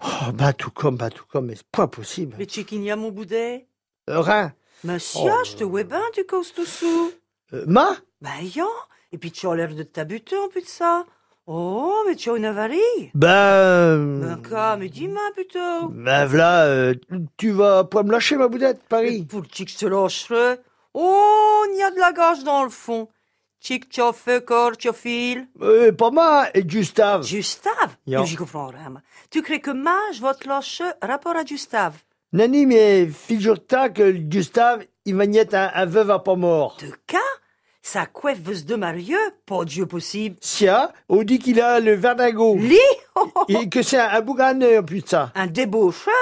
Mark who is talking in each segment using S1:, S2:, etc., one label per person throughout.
S1: Oh, Batoucom, Batoucom, mais c'est pas possible.
S2: Mais Chiquinia, mon boudet
S1: Euh, Rhin,
S2: Mais si,
S1: Oh.
S2: ah, je te ouais ben, du cause tout sous.
S1: euh, ma
S2: Ben, yon. Et puis, tu as l'air de t'abuter en plus de ça. Oh, mais tu as une avarie.
S1: Ben. euh,
S2: Ben, quoi, mais dis-moi plutôt.
S1: Ben voilà, euh, tu vas pas me lâcher ma boudette,
S2: Et
S1: Paris.
S2: pour le chic, je te lâcherai. Oh, il y a de la gage dans le fond. Chic, tu as fait corps, tu as fil.
S1: Euh, pas ma et Gustave.
S2: Gustave
S1: Ja.
S2: Je J'y comprends rien. moi. Tu crois que moi, je vais te lâcher rapport à Gustave
S1: Nani, mais figure-toi que le Gustave, il va niette un, un veuve à pas mort.
S2: De cas Sa coiffeuse de Marieux Pas Dieu possible.
S1: Sia, on dit qu'il a le verdago.
S2: Li Oh.
S1: Et que c'est un, un bouganeux, en plus de ça.
S2: Un débaucheur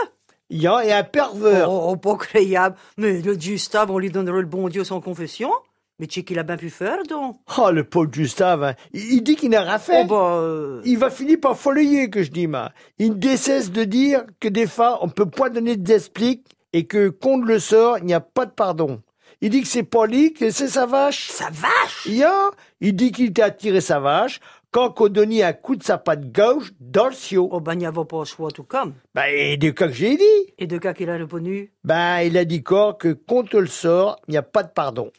S1: Il y a et un pervers.
S2: Oh, oh, pas créable. Mais le Gustave, on lui donnerait le bon Dieu sans confession. Mais tu sais qu'il a bien pu faire, donc.
S1: Oh, le pauvre Gustave, hein. il, il dit qu'il n'a rien fait.
S2: Oh, bah. euh,
S1: Il va finir par foleiller, que je dis, ma. Il ne décesse de dire que des fois, on peut pas donner d'explique et que, contre le sort, il n'y a pas de pardon. Il dit que c'est pas lui, que c'est sa vache.
S2: Sa vache
S1: Il y a, il dit qu'il t'a attiré sa vache quand qu'on donnait un coup de sa patte gauche dans le sio.
S2: Oh, ben, il n'y avait pas le choix, tout comme.
S1: Ben, et de quoi que j'ai dit
S2: Et de cas qu'il a répondu
S1: Ben, il a dit quoi que contre le sort, il n'y a pas de pardon.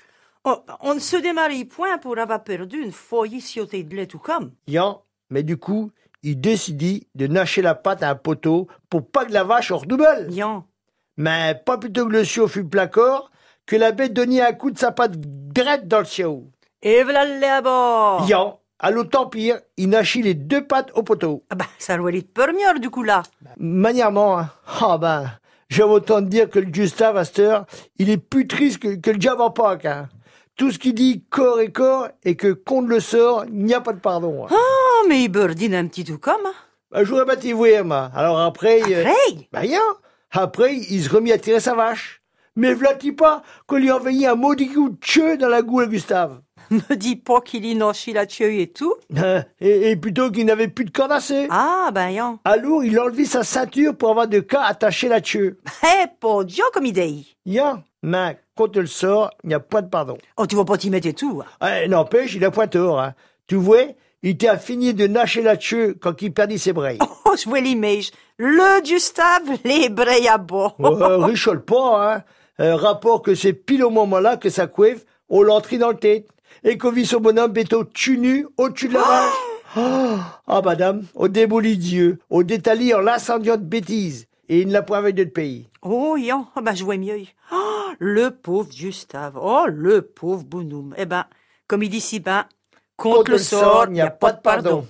S2: Oh, on ne se démarie point pour avoir perdu une foyer siotée de lait, tout comme.
S1: Il y a, mais du coup, il décidit de nacher la patte à un poteau pour pas que la vache en redouble.
S2: Bien.
S1: Mais pas plutôt que le chiot fut placard, que la bête donnait un coup de sa patte drette dans le chiot.
S2: Et voilà le lait à bord.
S1: Yan, à l'autant pire, il nachit les deux pattes au poteau.
S2: Ah, ben, ça doit être première, du coup, là.
S1: Manièrement, hein. Ah ben, j'aime autant te dire que le Gustave Astor, il est plus triste que, que le diable en Pâques, hein. Tout ce qu'il dit corps et corps, et que contre le sort, il n'y a pas de pardon. hein.
S2: Oh, mais il burdine un petit tout comme. hein.
S1: Un jour, bah, t'y voyais, moi. Alors après... euh,
S2: Hey
S1: Ben rien. Après, il se remit à tirer sa vache. Mais v'là-t-il pas qu'on lui a envoyé un maudit coup de cheveux dans la goule à Gustave
S2: Me dis pas qu'il y nochit la tueille et tout.
S1: Hein, et, et plutôt qu'il n'avait plus de corde assez.
S2: Ah, ben, yon.
S1: Alors, il enlevait sa ceinture pour avoir de cas attachés la dessus
S2: Eh, pas Dieu comme idée.
S1: Y'a, mais quand elle sort, il n'y a pas de pardon.
S2: Oh, tu vas pas t'y mettre et tout. hein.
S1: Eh, N'empêche, il a point tort. hein. Tu vois, il t'a fini de nacher la dessus quand il perdit ses bras.
S2: Oh, je vois l'image. Le Gustave, les brais à bord.
S1: Euh, richole pas, hein. Euh, rapport que c'est pile au moment-là que ça couève, on l'entrit dans le tête. Et qu'on vit son bonhomme béto tu nu au-dessus de la vache. Ah, ah, madame, on démolit Dieu, on détalie en l'incendiant de bêtises. Et il ne l'a point avec notre pays.
S2: Oh, yon, Ah ben, je vois mieux. Oh, le pauvre Gustave. Oh, le pauvre bonhomme. Eh ben, comme il dit si ben, contre, le sort, il n'y a, pas de pardon.